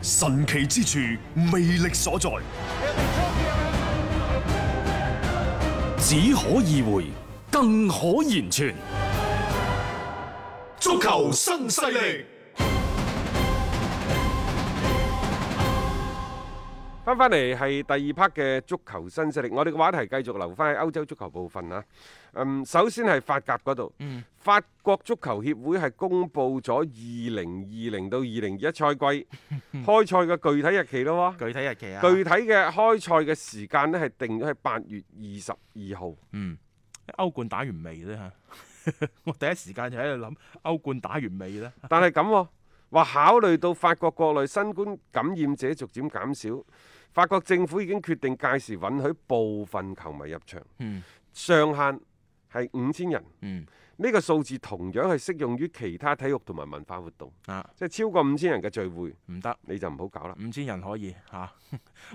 神奇之處，魅力所在，只可意會，更可言傳。足球新勢力。翻翻嚟係第二 part 嘅足球新勢力，我哋嘅話題繼續留翻喺歐洲足球部分啊。嗯，首先係法甲嗰度，法國足球協會係公布咗二零二零到二零二一賽 季開賽嘅具體日期咯喎。具體日期啊？具體嘅開賽嘅時間呢係定咗喺八月二十二號。嗯歐冠打完未咧？ 我第一時間就喺度諗歐冠打完未咧？ 但係咁喎，話考慮到法國國內新冠感染者逐漸減少，法國政府已經決定屆時允許部分球迷入場，嗯上限係五千人。嗯呢個數字同樣係適用於其他體育同埋文化活動，啊，即係超過五千人嘅聚會唔得。你就唔好搞啦。五千人可以嚇、啊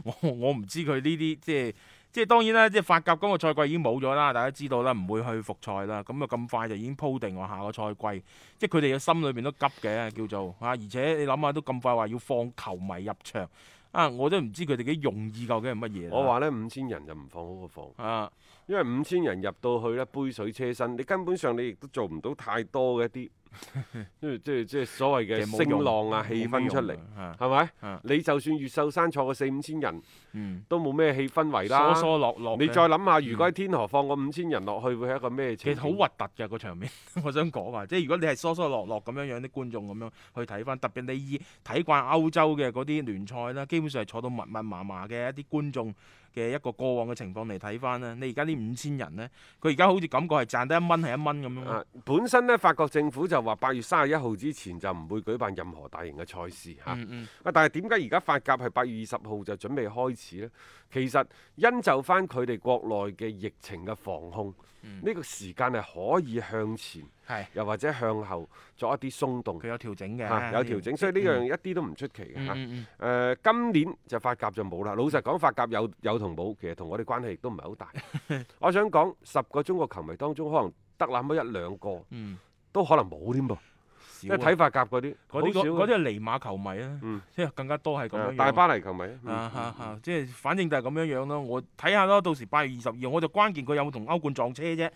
我我唔知佢呢啲即係即係當然啦，即係法甲今個賽季已經冇咗啦，大家知道啦，唔會去復賽啦，咁啊咁快就已經鋪定話下個賽季，即係佢哋嘅心裏邊都急嘅叫做啊，而且你諗下都咁快話要放球迷入場啊，我都唔知佢哋嘅用意究竟係乜嘢啦。我話呢，五千人就唔放好過放，啊，因為五千人入到去呢，杯水車薪，你根本上你亦都做唔到太多嘅 一啲，即係即係即係所謂其嘅實冇聲用浪啊、氣氛出嚟，啊，係咪啊？你就算越秀山坐個四五千人嗯，都冇咩氣氛圍啦疏。疏落落嘅，嗯你再諗下，如果喺天河放個五千人落去，會係一個咩其情實好景？核突嘅個場面， 我想講啊，即係如果你係疏疏落落咁樣樣啲觀眾咁樣去睇翻，特別你以睇慣歐洲嘅嗰啲聯賽啦，基本上係坐到密密麻麻嘅一啲觀眾嘅一個過往嘅情況嚟睇翻啦。你而家呢五千人呢，佢而家好似感覺係賺得一蚊係一蚊咁樣咯。啊，本身呢，法國政府就話八月三十一號之前就唔會舉辦任何大型嘅賽事嚇。嗯嗯啊，但係點解而家法甲係八月二十號就準備開始呢？其實因就翻佢哋國內嘅疫情嘅防控，呢、個時間係可以向前，嗯係又或者向後作一啲鬆動佢。有調整嘅，嚇啊有調整，所以呢樣一啲都唔出奇嘅嗯。嚇。誒、嗯今年就法甲就冇啦。老實講，法甲有有同冇，其實同我哋關係亦都唔係好 大。我想講，十個中國球迷當中，可能得那麼一兩個，嗯，都可能冇添噃。即即係睇法甲嗰啲，啊嗰啲好嗰少嗰嘅啲係尼馬球迷啦，嗯即係更加多係咁樣誒樣。大巴黎球迷啊嗯啊哈哈即係反正就係咁樣樣咯。我睇下咯，到時八月二十二，我就關鍵佢有冇同歐冠撞車啫。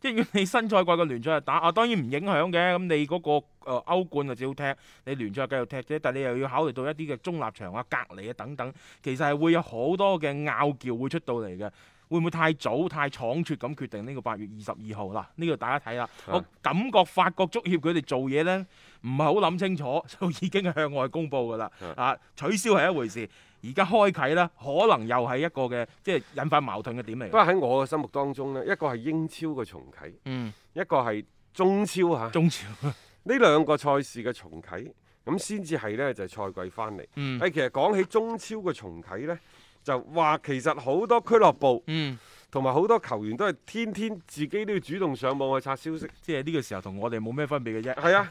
即係如果你新賽季嘅聯賽就打啊，當然唔影響嘅。咁你嗰、個誒、呃、歐冠就照踢，你聯賽繼續踢啫。但係你又要考慮到一啲嘅中立場啊、隔離啊等等，其實係會有好多嘅拗撬會出到嚟嘅。會唔會太早、太倉促咁決定呢個八月二十二號啦？呢個大家睇啦。啊我感覺法國足協佢哋做嘢呢，唔係好諗清楚， 就已經係向外公佈㗎啦。啊，取消係一回事，而家開啟啦，可能又係一個嘅即係引發矛盾嘅點嚟不嘅。過喺我嘅心目當中呢，一個係英超嘅重啟，嗯，一個係中超嚇。中朝 呢兩個賽事嘅重啟，咁先至係呢，就係賽季翻嚟。嗯誒，其實講起中超嘅重啟呢，就話其實好多俱樂部嗯，同埋好多球員都係天天自己都要主動上網去刷 消息。即係呢個時候同我哋冇咩分別嘅啫。係啊，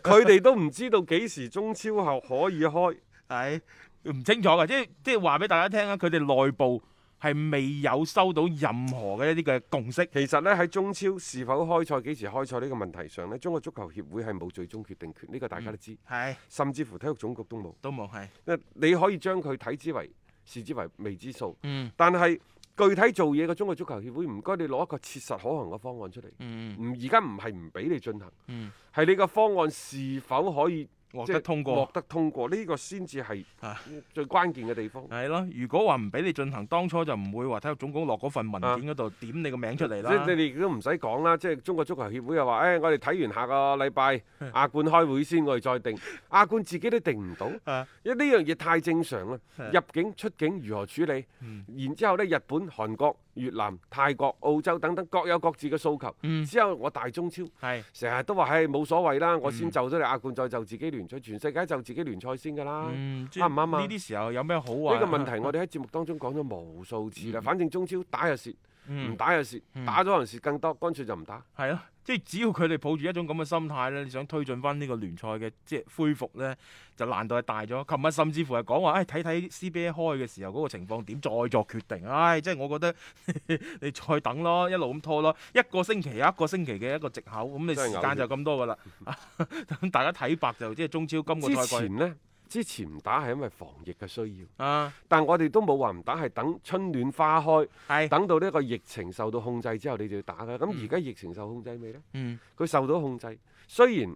佢哋都唔知道幾時中超後可以開。係唔清楚嘅，即係即係話俾大家聽啊，佢哋內部係未有收到任何嘅一啲嘅共識。其實呢，喺中超是否開賽、幾時開賽呢個問題上呢，中國足球協會係冇最終決定權，呢、個大家嗯都知，係甚至乎體育總局都冇。都冇係。因為你可以將佢睇之為視之為未知數，嗯但係具體做嘢嘅中國足球協會唔該，你攞一個切實可行嘅方案出嚟。嗯唔而家唔係唔俾你進行，嗯係你個方案是否可以獲即得係通過獲。得通過呢、個先至係啊最關鍵嘅地方。係咯，如果話唔俾你進行，當初就唔會話體育總局落嗰份文件嗰度點你個名出嚟啊即啦。係你哋都唔使講啦，即係中國足球協會又話：，誒、我哋睇完下個禮拜 亞冠開會先，我哋再定。亞冠自己都定唔到啊，因為呢樣嘢太正常 啦。係入境出境如何處理？嗯然之後呢，日本、韓國、越南、泰國、澳洲等等各有各自嘅訴求。嗯之後我大中超係成日都話：，唉、冇所謂啦，我嗯先就咗你亞冠，再就自己聯賽，全世界就自己聯賽先㗎啦。嗯，即係啱唔啱啊呢啲時候有咩好啊？呢個問題我哋喺節目當中講咗無數次啦。反正中超打又蝕，唔嗯打又蝕，嗯打咗可能蝕更多，乾脆就唔打。係咯，即係只要佢哋抱住一種咁嘅心態咧，你想推進翻呢個聯賽嘅即係恢復咧，就難度係大咗。琴日甚至乎係講話，誒哎睇睇 CBA 開嘅時候嗰個情況點，再作決定。唉、即係我覺得 你再等咯，一路咁拖咯，一個星期有一個星期嘅一個藉口，咁你真係時嘔間就咁多噶啦。 咁大家睇白就即係中超今之個賽季前呢，之前唔打係因為防疫嘅需要，啊，但我哋都冇話唔打，係等春暖花開，係等到呢個疫情受到控制之後，你就要打㗎。咁而家疫情受控制未呢？嗯佢受到控制，雖然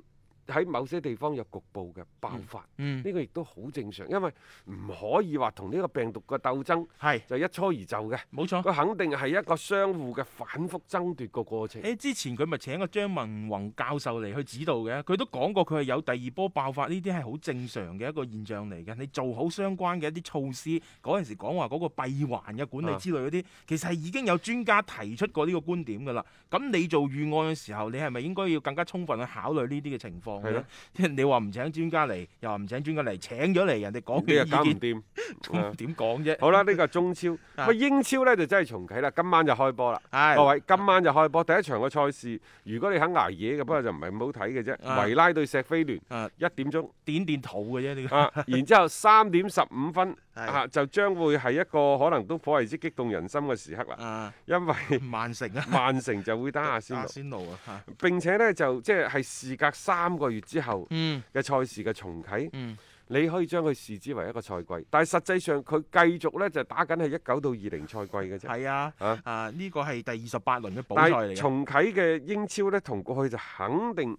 喺某些地方有局部嘅爆發，呢、嗯個亦都好正常，因為唔可以話同呢個病毒嘅鬥爭係就一蹴而就嘅，冇錯。佢肯定係一個相互嘅反覆爭奪嘅過程。誒之前佢咪請個張文宏教授嚟去指導嘅，佢都講過佢係有第二波爆發，呢啲係好正常嘅一個現象嚟嘅。你做好相關嘅一啲措施，嗰陣時講話嗰個閉環嘅管啊理之類嗰啲，其實係已經有專家提出過呢個觀點㗎啦。咁你做預案嘅時候，你係咪應該要更加充分去考慮呢啲嘅情況係咧 咯？即係你話唔請專家嚟，又話唔請專家嚟，請咗嚟人哋講你嘅 又搞唔意見，掂。啊 咁點講啫？好啦，呢個係中超， 啊咁英超呢就真係重啟啦，今晚就開波啦。係各位，今晚就開波第一場嘅賽事，如果你肯捱夜嘅，不過就唔係咁好睇嘅啫。啊維拉對石飛聯啊一點 鐘點點肚嘅啫，呢個啊，然之後三點十五分 係啊，就將會係一個可能都頗為之激動人心嘅時刻啦，啊因為 曼城啊， 曼城就會打阿仙阿奴，仙奴啊 嚇，並且呢，就即係係事隔三個月之後嗯嘅賽事嘅重啟。嗯。你可以將佢視之為一個賽季，但係實際上佢繼續呢，就打緊係一九到二零賽季嘅啫。係啊，啊啊呢個係第二十八輪嘅補但賽嚟係嘅。重啟嘅英超呢，同過去就肯定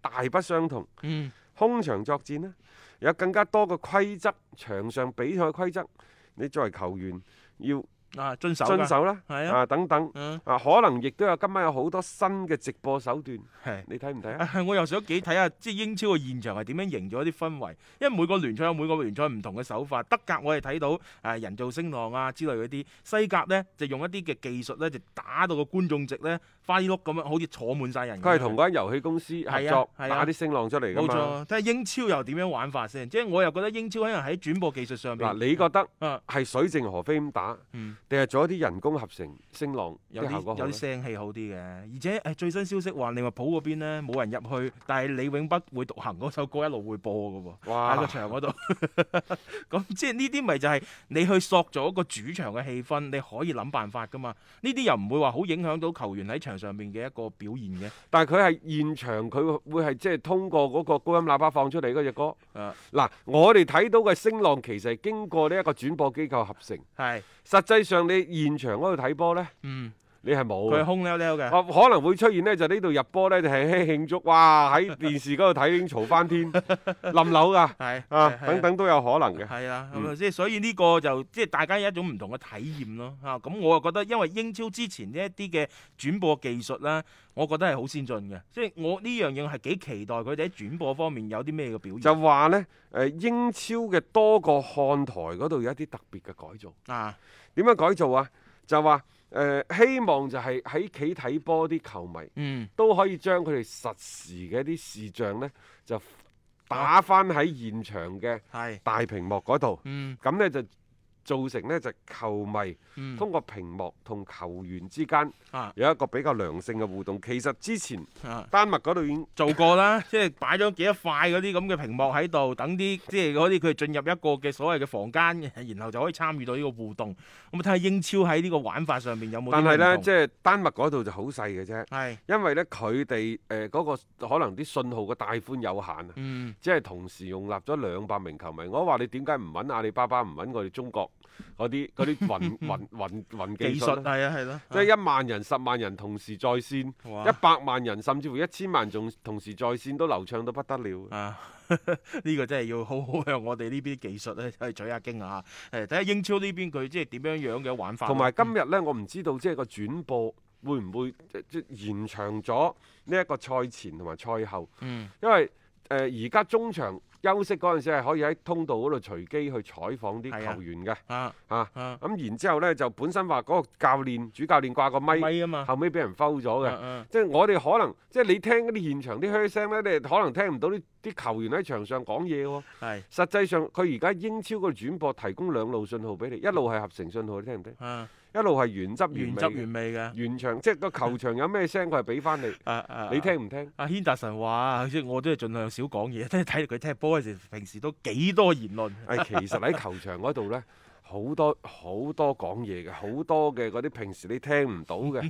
大不相同。嗯，空場作戰呢，有更加多嘅規則，場上比賽規則，你作為球員要啊遵守㗎遵，守啦，係啊啊等等。嗯啊，可能亦都有今晚有好多新嘅直播手段，係。你睇唔睇啊？啊我又想幾睇下，即係英超嘅現場係點樣營造一啲氛圍，因為每個聯賽有每個聯賽唔同嘅手法。德甲我哋睇到啊人造聲浪啊之類嗰啲，西甲呢就用一啲嘅技術呢，就打到個觀眾席呢花哩碌咁樣，好似坐滿晒人咁樣。佢係同嗰間遊戲公司合係啊作，係啊打啲聲浪出嚟㗎冇嘛。錯，睇下英超又點樣玩法先。即係我又覺得英超可能喺轉播技術上邊嗱，你覺得啊，係水靜河飛咁打，嗯。定係做一啲人工合成聲浪有啲效啲果好有呢啲聲氣好啲嘅，而且誒最新消息話利物浦嗰邊咧冇人入去，但係李永不會獨行嗰首歌一路會播嘅喎，哇喺個場嗰度。 咁即係呢啲咪就係你去塑造一個主場嘅氣氛，你可以諗辦法噶嘛。呢啲又唔會話好影響到球員喺場上面嘅一個表現嘅。但係佢係現場，佢會係即係通過嗰個高音喇叭放出嚟嗰只歌。誒嗱，我哋睇到嘅聲浪其實係經過呢一個轉播機構合成，係，實際上你現場嗰度睇波呢，嗯，你係冇佢係嘅。空溜溜嘅。哦可能會出現呢，就呢度入波呢，就輕輕慶祝，哇！喺電視嗰度睇已經嘈翻 天，冧樓㗎係啊，係係等等都有可能嘅。係啦，咁嗯啊，即係所以呢個就即係大家有一種唔同嘅體驗咯嚇。咁、我又覺得，因為英超之前呢一啲嘅轉播技術啦，我覺得係好先進嘅。即係我呢樣嘢係幾期待佢哋喺轉播方面有啲咩嘅表現。就話呢，誒、英超嘅多個看台嗰度有一啲特別嘅改造。啊，點樣改造啊？就話誒、希望就係喺企睇波啲球迷。嗯，都可以將佢哋實時嘅一啲視像呢，就打翻喺現場嘅係，大屏幕嗰度，嗯咁呢，就造成呢，就球迷嗯，通過屏幕同球員之間啊有一個比較良性嘅互動。其實之前啊丹麥嗰度已經做過啦，即係擺咗幾多塊嗰啲咁嘅屏幕喺度，等啲即係嗰啲佢進入一個嘅所謂嘅房間，然後就可以參與到呢個互動。咁睇下英超喺呢個玩法上面有冇啲但咩係唔同？呢，即係丹麥嗰度就好細嘅啫，係，因為呢，佢哋誒嗰個可能啲信號嘅帶寬有限啊。嗯，即係同時容納咗兩百名球迷，我話你點解唔揾阿里巴巴，唔揾我哋中國，嗰 啲嗰啲雲雲雲雲技技術啦。術係啊係啦，即係一萬人、十萬人同時在線，哇一百萬人甚至乎一千萬仲同時在線都流暢到不得了。啊， 呢個真係要好好向我哋呢邊技術咧去取下經啊！誒，睇下英超呢邊佢即係點樣樣嘅玩法啦。同埋今日呢，我唔知道即係個轉播會唔會即即延長咗呢一個賽前同埋賽後，嗯因為誒而家中場休息嗰陣時係可以喺通道嗰度隨機去採訪係啊啲球員嘅啊嚇。啊咁然之後呢，就本身話嗰個教練主教練掛個咪，咪啊嘛，後尾俾人摟咗嘅。啊即係我哋可能，即係你聽嗰啲現場啲噓聲咧，你可能聽唔到啲啲球員喺場上講嘢喎。啊係實際上，佢而家英超個轉播提供兩路信號俾你，一路係合成信號，你聽唔聽？啊一路係原汁原原味汁嘅原味嘅。原場，即係個球場有咩聲，佢係俾翻你。啊啊！你啊聽唔聽？阿軒達臣話，即係我都係盡量少講嘢，即 係睇佢踢波嗰時，平時都幾多言論。 誒，其實喺球場嗰度呢，好多好多講嘢嘅，好多嘅嗰啲平時你聽唔到 嘅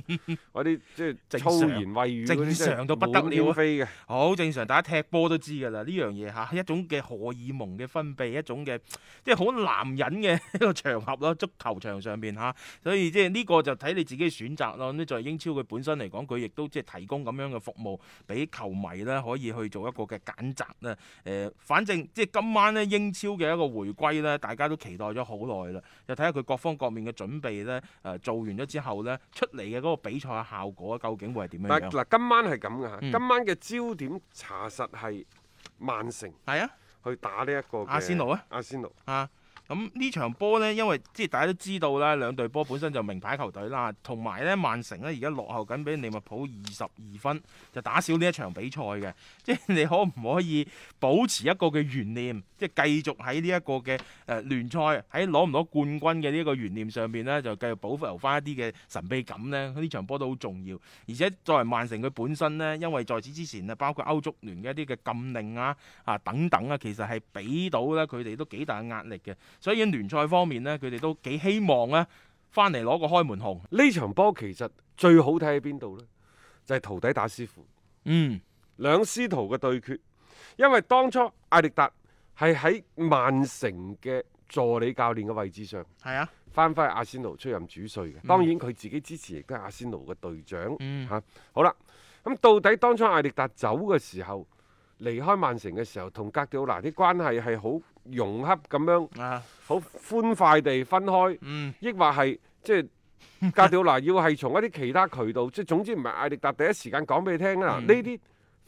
嗰啲，即係正粗常言穢語嗰啲，正常到不得了啊飛嘅。好正常，大家踢波都知㗎啦，呢樣嘢嚇一種嘅荷爾蒙嘅分泌，一種嘅即係好男人嘅 一個場合咯，足球場上邊嚇，所以即係呢個就睇你自己選擇咯。咁作為英超佢本身嚟講，佢亦都即係提供咁樣嘅服務俾球迷咧，可以去做一個嘅揀擇啦。誒、反正即係今晚咧英超嘅一個回歸咧，大家都期待咗好耐啦。就睇下佢各方各面嘅準備咧，誒、做完咗之後咧，出嚟嘅嗰個比賽嘅效果究竟會係點樣但樣？嗱，今晚係咁嘅嚇，嗯今晚嘅焦點查實係曼城。係啊。去打呢一個嘅阿仙奴啊，阿仙奴啊。咁呢場波呢，因為即係大家都知道啦，兩隊波本身就名牌球隊啦，同埋呢，曼城呢而家落後緊俾利物浦二十二分，就打少呢一場比賽嘅。 即係你可唔可以保持一個嘅懸念，即係繼續喺呢一個嘅誒、呃、聯賽喺攞唔攞冠軍嘅呢一個懸念上邊呢，就繼續保留翻一啲嘅神秘感呢？呢場波都好重要，而且作為曼城佢本身呢，因為在此之前啊，包括歐足聯嘅一啲嘅禁令啊。啊等等啊，其實係俾到咧佢哋都幾大嘅壓力嘅，所以喺聯賽方面呢，佢哋都幾希望咧翻嚟攞個開門紅。呢場波其實最好睇喺邊度呢？就係、徒弟打師傅，嗯，兩師徒嘅對決。因為當初艾力達係喺曼城嘅助理教練嘅位置上，係啊，翻返去阿仙奴出任主帥嘅。當然佢自己之前亦都係阿仙奴嘅隊長嚇、嗯好啦，咁到底當初艾力達走嘅時候，離開曼城嘅時候，同格調拿啲關係係好融洽咁樣，啊，好歡快地分開。嗯，抑或係即係格調拿要係從一啲其他渠道，即係總之唔係艾力達第一時間講俾你聽啦。嗯呢啲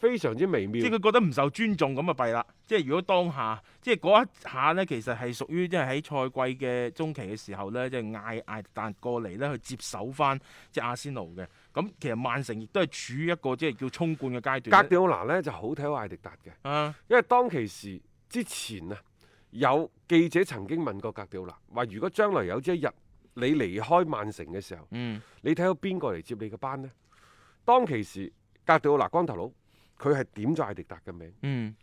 非常之微即妙係。佢覺得唔受尊重咁啊弊啦！即係如果當下，即係嗰一下呢，其實係屬於即係喺賽季嘅中期嘅時候呢，即係嗌艾達過嚟呢去接手翻即係阿仙奴嘅。咁其實曼城亦都係處於一個即係叫衝冠嘅階格段。調拿呢就好睇好艾力達嘅，啊，因為當其時之前啊，有記者曾經問過格調拿話：如果將來有朝一日你離開曼城嘅時候，嗯，你睇到邊個嚟接你嘅班呢？當其時格調拿光頭佬，佢係點咗艾力達嘅名。嗯，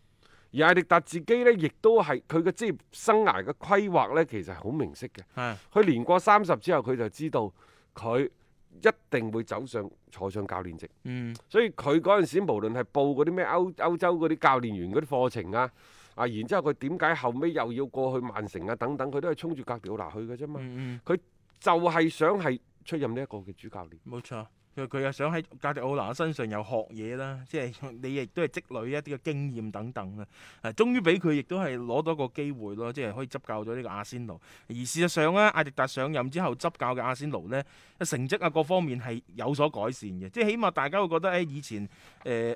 而艾力達自己呢，亦都係佢嘅職業生涯嘅規劃呢，其實係好明晰嘅。係，佢年過三十之後，佢就知道佢一定會走上坐上教練席，嗯，所以佢嗰陣時無論係報嗰啲咩歐歐洲嗰啲教練員嗰啲課程啊，啊，然之後佢點解後尾又要過去曼城啊等等，佢都係衝住格調拿去嘅啫嘛，嗯，就係想係出任呢一個嘅主教練。冇錯，佢佢又想喺格迪奧拿身上又學嘢啦，即係 你亦都係積累一啲嘅經驗等等啦。誒，終於俾佢亦都係攞到一個機會咯，即係可以執教咗呢個阿仙奴。而事實上咧，啊艾迪達上任之後執教嘅阿仙奴呢，成績啊各方面係有所改善嘅，即係起碼大家會覺得誒、以前誒、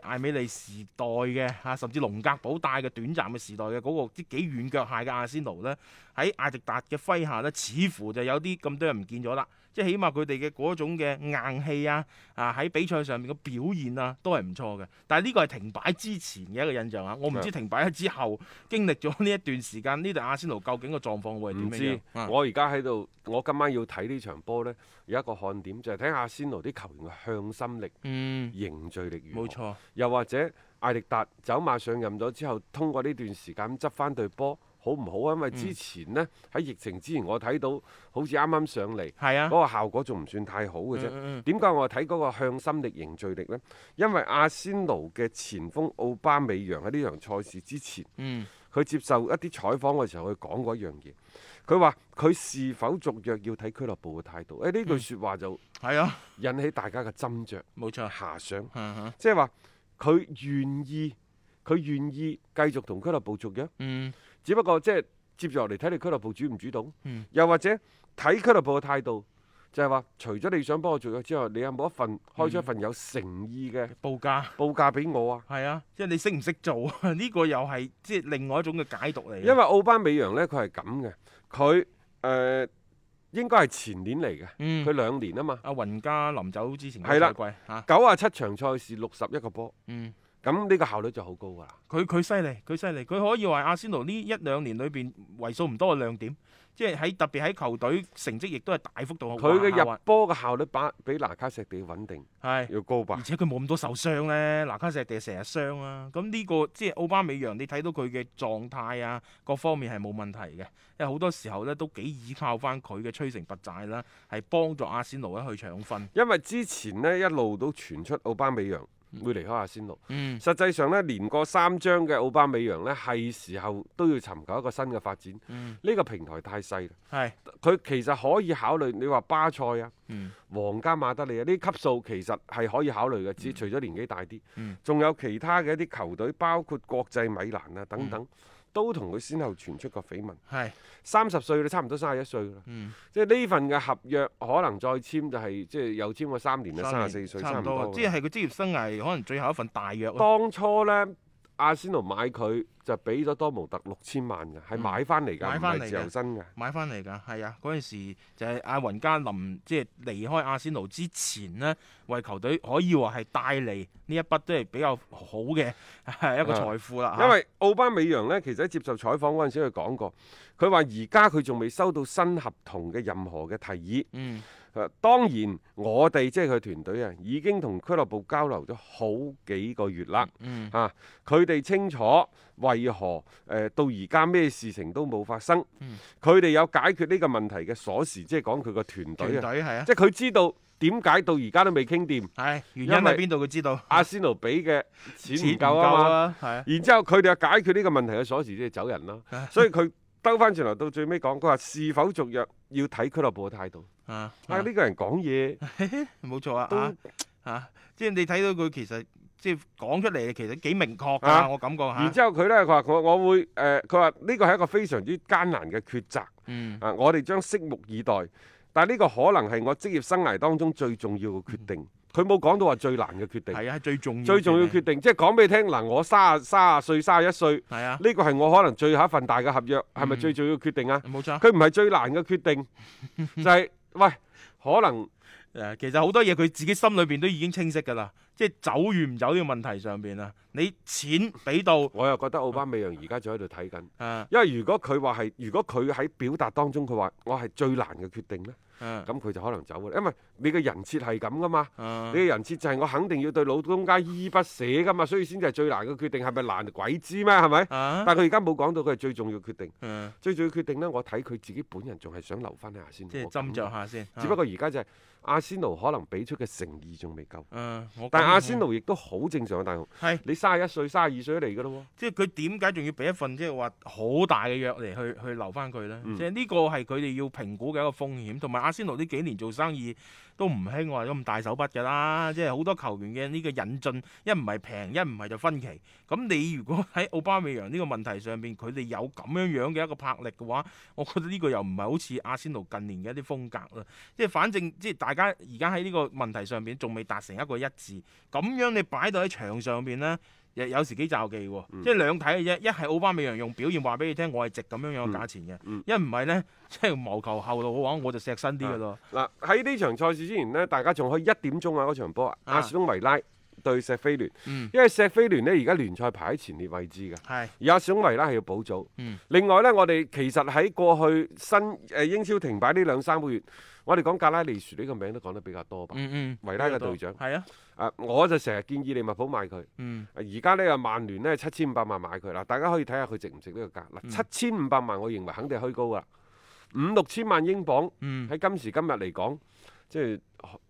艾美利時代嘅嚇、甚至龍格堡帶嘅短暫嘅時代嘅嗰、個啲幾軟腳蟹嘅阿仙奴呢，喺艾迪達嘅麾下呢，似乎就有啲咁多人唔見咗啦。即係起碼佢哋嘅嗰種嘅硬氣啊，啊喺比賽上面嘅表現啊，都係唔錯嘅。但係呢個係停擺之前嘅一個印象啊，我唔知停擺咗之後經歷咗呢一段時間，呢隊阿仙奴究竟個狀況會唔係點樣知樣？啊我而家喺度，我今晚要睇呢場波呢，有一個看點就係睇阿仙奴啲球員嘅向心力、嗯，凝聚力如何冇。錯，又或者艾力達走馬上任咗之後，通過呢段時間執翻隊波，好唔好啊？因為嗯之前呢，喺、疫情之前，我睇到好似啱啱上嚟係啊嗰、。個效果仲唔算太好嘅啫。嗯嗯點解我睇嗰個向心力、凝聚力呢？因為阿仙奴嘅前鋒奧巴美揚喺呢場賽事之前，嗯佢接受一啲採訪嘅時候，佢講過一樣嘢。佢話佢是否續約要睇俱樂部嘅態度。誒嗯呢句説話就係啊，引起大家嘅斟酌冇錯，遐想，嗯哼即係話佢願意，佢願意繼續同俱樂部續約，嗯只不過即係接住落嚟睇你俱樂部主唔主動，嗯又或者睇俱樂部嘅態度。就係話，除咗你想幫我續約之外，你有冇一份開嗯出一份有誠意嘅報價報價俾我啊？係啊，即係你識唔識做 啊？呢個又係即係另外一種嘅解讀嚟嘅。因為奧巴美揚呢，佢係咁嘅，佢誒、呃、應該係前年嚟嘅，嗯佢兩年啊嘛，阿雲家臨走之前係啦嗰個賽季嚇，九啊七場賽事六十一個波，嗯，咁呢個效率就好高㗎啦。佢佢犀利，佢犀利，佢可以話阿仙奴呢一兩年裏邊為數唔多嘅亮點，即係喺特別喺球隊成績亦都係大幅度佢嘅下滑入波嘅效率把比拿卡石地穩定係。要高吧而？且佢冇咁多受傷咧，嗱卡石地成日傷啊，咁呢、個即係奧巴美揚，你睇到佢嘅狀態啊，各方面係冇問題嘅，因為好多時候咧都幾依靠翻佢嘅摧城拔寨啦，係幫助阿仙奴咧去搶分。因為之前呢一路都傳出奧巴美揚會離開阿仙奴，嗯，實際上呢，連過三張嘅奧巴美揚呢，係時候都要尋求一個新嘅發展。呢、嗯個平台太細啦，係，佢其實可以考慮你話巴塞啊。嗯皇家馬德里啊，呢啲級數其實係可以考慮嘅，只除咗年紀大啲嗯，仲、有其他嘅一啲球隊，包括國際米蘭啊嗯等等，都同佢先後傳出過緋聞。係，三十歲啦，差唔多三十一歲啦，嗯，即係呢份嘅合約可能再簽就係、即係又簽過三年啊，三三年十四歲差差唔唔多多，啦。即係佢職業生涯可能最後一份大約啊。當初呢，阿仙奴買佢就俾咗多蒙特六千萬嘅，係嗯買翻嚟㗎，買唔返嚟係嘅自由身㗎。買翻嚟㗎，係啊！嗰陣時就係阿雲加臨即係離開阿仙奴之前呢，為球隊可以話係帶嚟呢一筆都係比較好嘅一啊個財富啦。因為奧巴美揚呢，其實喺接受採訪嗰陣時，佢講過，佢話而家佢仲未收到新合同嘅任何嘅提議。嗯誒，啊當然我哋即係佢團隊啊，已經同俱樂部交流咗好幾個月啦。嗯啊，佢哋清楚為何誒、呃到而家咩事情都冇發生嗯。佢哋、有解決呢個問題嘅鎖匙，即係講佢個團團隊啊，隊係啊，嗯即係佢知道點解到而家都未傾掂。係原因因為喺邊度？佢知道阿仙奴俾嘅錢錢唔唔夠夠啊嘛。啊，係啊，然之後佢哋就解決呢個問題嘅鎖匙，即係走人啦。所以佢兜翻轉頭到最尾講，佢話是否續約要睇俱樂部嘅態度。啊啊，呢、個人講嘢冇錯啊都啊啊！即係你睇到佢其實即係講出嚟，其實幾明確啊㗎，我感覺嚇。然之後佢呢，佢話我我會誒，呃佢話呢個係一個非常之艱難嘅抉擇嗯啊！我哋將拭目以待，但係呢個可能係我職業生涯當中最重要嘅決定。佢冇講到話最難嘅決定，係啊，係最重要最重要嘅決定即係講俾你聽嗱，我三十三十歲、三十一歲，係啊，呢個係我可能最後一份大嘅合約，係咪嗯最重要嘅決定啊？冇錯。佢唔係最難嘅決 定，就係、喂，可能誒，其實好多嘢佢自己心裏邊都已經清晰㗎啦，即係走與唔走呢個問題上邊啊，你錢俾到我又覺得奧巴美揚而家仲喺度睇緊，啊因為如果佢話係，如果佢喺表達當中佢話我係最難嘅決定呢，啊咁佢就可能走啦，因為你嘅人設係咁噶嘛。啊你嘅人設就係我肯定要對老東家依依不捨噶嘛，所以先至係最難嘅決定，係咪難鬼知咩？係咪？但啊係佢而家冇講到佢係最重要嘅決定，嗯最重要嘅決定呢，我睇佢自己本人仲係想留翻喺阿仙奴。即係我感斟酌下先。啊覺。只不過而家就係阿仙奴可能俾出嘅誠意仲未夠。嗯，我但係感阿覺仙奴亦都好正常嘅大雄，係你三十一歲、三十二歲都嚟㗎咯即係佢點解仲要俾一份即係話好大嘅約嚟去去留翻佢呢？嗯即係呢個係佢哋要評估嘅一個風險，同埋阿仙奴呢幾年做生意都唔興話咁大手筆㗎啦，即係好多球員嘅呢個引進，一唔係平，一唔係就分期。咁你如果喺奧巴美揚呢個問題上邊，佢哋有咁樣樣嘅一個魄力嘅話，我覺得呢個又唔係好似阿仙奴近年嘅一啲風格啦。即係反正即係大家而家喺呢個問題上邊仲未達成一個一致，咁樣你擺到喺場上邊呢。有有時幾罩忌喎，嗯即係兩睇嘅啫。一係奧巴美揚用表現話俾你聽，我係值咁樣樣嘅價錢嘅；嗯一唔係呢， 即係謀求後路嘅話，我就錫身啲嘅咯。喎。嗱喺呢場賽事之前呢，大家仲可以一點鐘啊嗰場波啊，啊阿士東維拉對石飛聯，嗯因為石飛聯呢而家聯賽排喺前列位置嘅。係而阿士東維拉係要補組。嗯另外呢，我哋其實喺過去新誒、呃英超停擺呢兩三個月，我哋講格拉利樹呢個名都講得比較多吧。嗯嗯，維拉嘅隊長係啊，啊，我就成日建議利物浦買佢。嗯啊而家呢個曼聯呢，七千五百萬買佢啦，大家可以睇下佢值唔值呢個價。嗯嗱，七千五百萬我認為肯定係虛高噶啦，五六千萬英鎊嗯喺今時今日嚟講，即係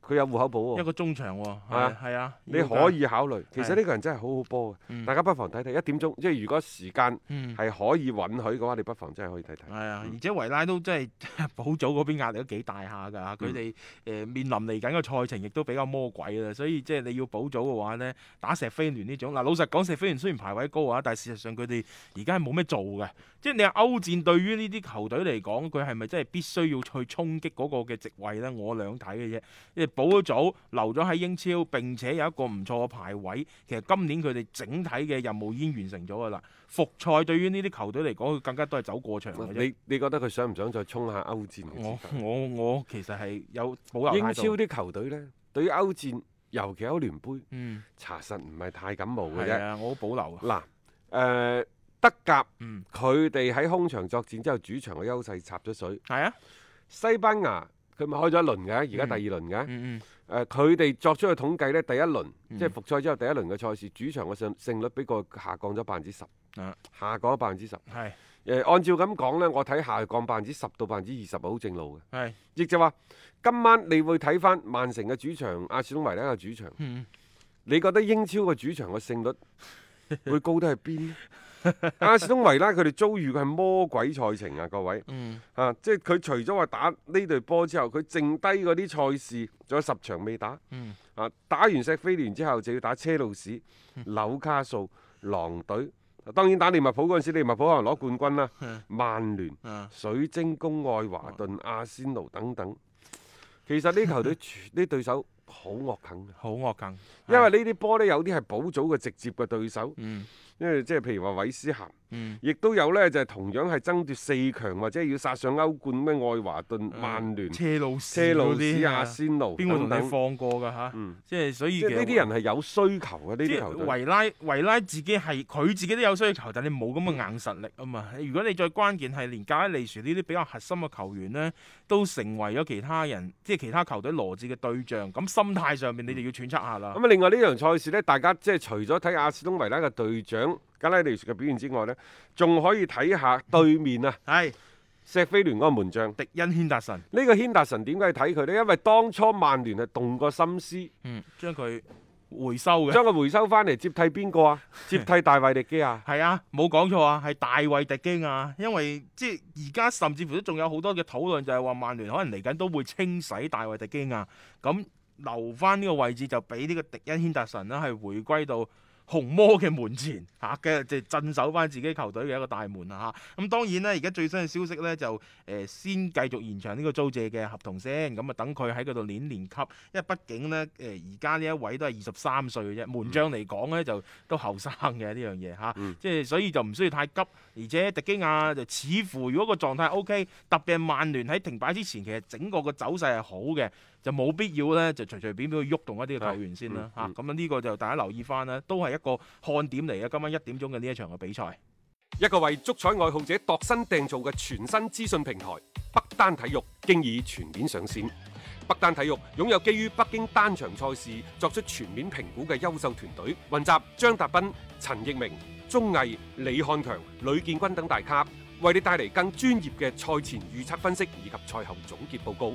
佢有户口簿一喎。個中場喎，係哦啊啊係啊，你要㗎可，以考慮，其實係呢個人真係好好波嘅，嗯大家不妨睇睇一點鐘，即係如果時間嗯，係可以允許嘅話，你不妨真係可以睇睇。係啊，嗯而且維拉都真係 保組嗰邊壓力都幾大下嗯㗎，佢哋誒面臨嚟緊嘅賽程亦都比較魔鬼啦，所以即係你要保組嘅話呢，打石飛聯呢種嗱，老實講石飛聯雖然排位高啊，但係事實上佢哋而家係冇咩做嘅，即係你話歐戰對於呢啲球隊嚟講，佢係咪真係必須要去衝擊嗰個嘅席位呢？我兩睇嘅啫，因為保咗組留咗喺英超，並且有一個唔錯嘅排位，其實今年佢哋整體嘅任務已經完成咗㗎啦。復賽對於呢啲球隊嚟講，佢更加都係走過場嘅啫。你你覺得佢想唔想再衝下歐戰嘅我資格？我我其實係有保留英態度超啲球隊呢，對於歐戰，尤其歐聯杯，嗯查實唔係太感冒嘅係啫。啊，我好保留啊。嗱，誒、德甲嗯，佢哋喺空場作戰之後，主場嘅優勢插咗水。係啊，西班牙佢咪開咗一輪嘅，而家嗯第二輪嘅。嗯誒佢哋作出嘅統計呢，第一輪、嗯即係復賽之後第一輪嘅賽事，主場嘅勝勝率比過去下降咗百分之十，啊下降咗百分之十。嗯，係誒，按照咁講呢，我睇下降百分之十到百分之二十係好正路嘅，係，亦就話今晚你會睇翻曼城嘅主場、阿士東維拉嘅主場，嗯你覺得英超嘅主場嘅勝率 會高得去邊呢？阿士東維拉佢哋遭遇嘅係魔鬼賽程啊，各位嗯啊，即係佢除咗話打呢隊波之後，佢剩低嗰啲賽事仲有十場未打。嗯，啊，打完石飛聯之後就要打車路士、嗯紐卡素、狼隊。當然打利物浦嗰陣時，利物浦可能攞冠軍啦嗯。曼聯、啊水晶宮、愛華頓、阿仙奴等等。其實呢啊球隊全呢對手好惡啃嘅，好惡更，因為呢啲波呢，有啲係保組嘅直接嘅對手，嗯因為即係譬如話韋斯咸，嗯亦都有呢就係同樣係爭奪四強或者要殺上歐冠咩愛華頓、曼聯、嗯車路車士路啊嗰士、啲阿啊，仙奴邊個同等你等。放過㗎吓？嗯。即係所以即係其呢實啲人係有需求嘅呢啊即啲係球隊。維拉維拉自己係佢自己都有需求，但你冇咁嘅硬實力啊嘛。如果你再關鍵係連加利殊呢啲比較核心嘅球員呢，都成為咗其他人即係其他球隊羅致嘅對象，咁心態上面你就要揣測下啦。咁啊，另外呢場賽事呢，大家即係除咗睇阿士東維拉嘅隊長加拉利什嘅表現之外呢，仲可以睇下對面啊係石飛聯嗰個門將呢、迪恩軒達臣，個軒達臣點解要睇佢呢？因為當初曼聯係動過心思，嗯，將佢回收嘅。將佢回收翻嚟接替邊個啊？接替大衛迪基亞。係啊，冇講錯啊，係大衛迪基亞，因為即係而家甚至乎都仲有好多嘅討論，就係話曼聯可能嚟緊都會清洗大衛迪基亞，咁留翻呢個位置就俾呢個迪恩軒達臣啦，係回歸到紅魔嘅門前嚇嘅，即係鎮守翻自己球隊嘅一個大門啊嚇。咁當然咧，而家最新嘅消息咧就誒、呃先繼續延長呢個租借嘅合同先，咁啊等佢喺嗰度練練級，因為畢竟咧誒而家呢一位都係二十三歲嘅啫，門將嚟講咧就都後生嘅呢樣嘢嚇。嗯即係所以就唔需要太急，而且迪基亞就似乎如果個狀態 O K，特別係曼聯喺停擺之前，其實整個個走勢係好嘅，就冇必要咧就隨隨便便去喐動一啲嘅球員先啦嚇。嗯嗯咁啊呢個就大家留意翻啦，都係一個看點嚟嘅。今晚一點鐘嘅呢一場嘅比賽，一個為足彩愛好者度身訂造嘅全新資訊平台北單體育，經已全面上線。北單體育擁有基於北京單場賽事作出全面評估嘅優秀團隊，雲集張達斌、陳奕明、鐘毅、李漢強、呂建軍等大咖，為你帶嚟更專業嘅賽前預測分析以及賽後總結報告。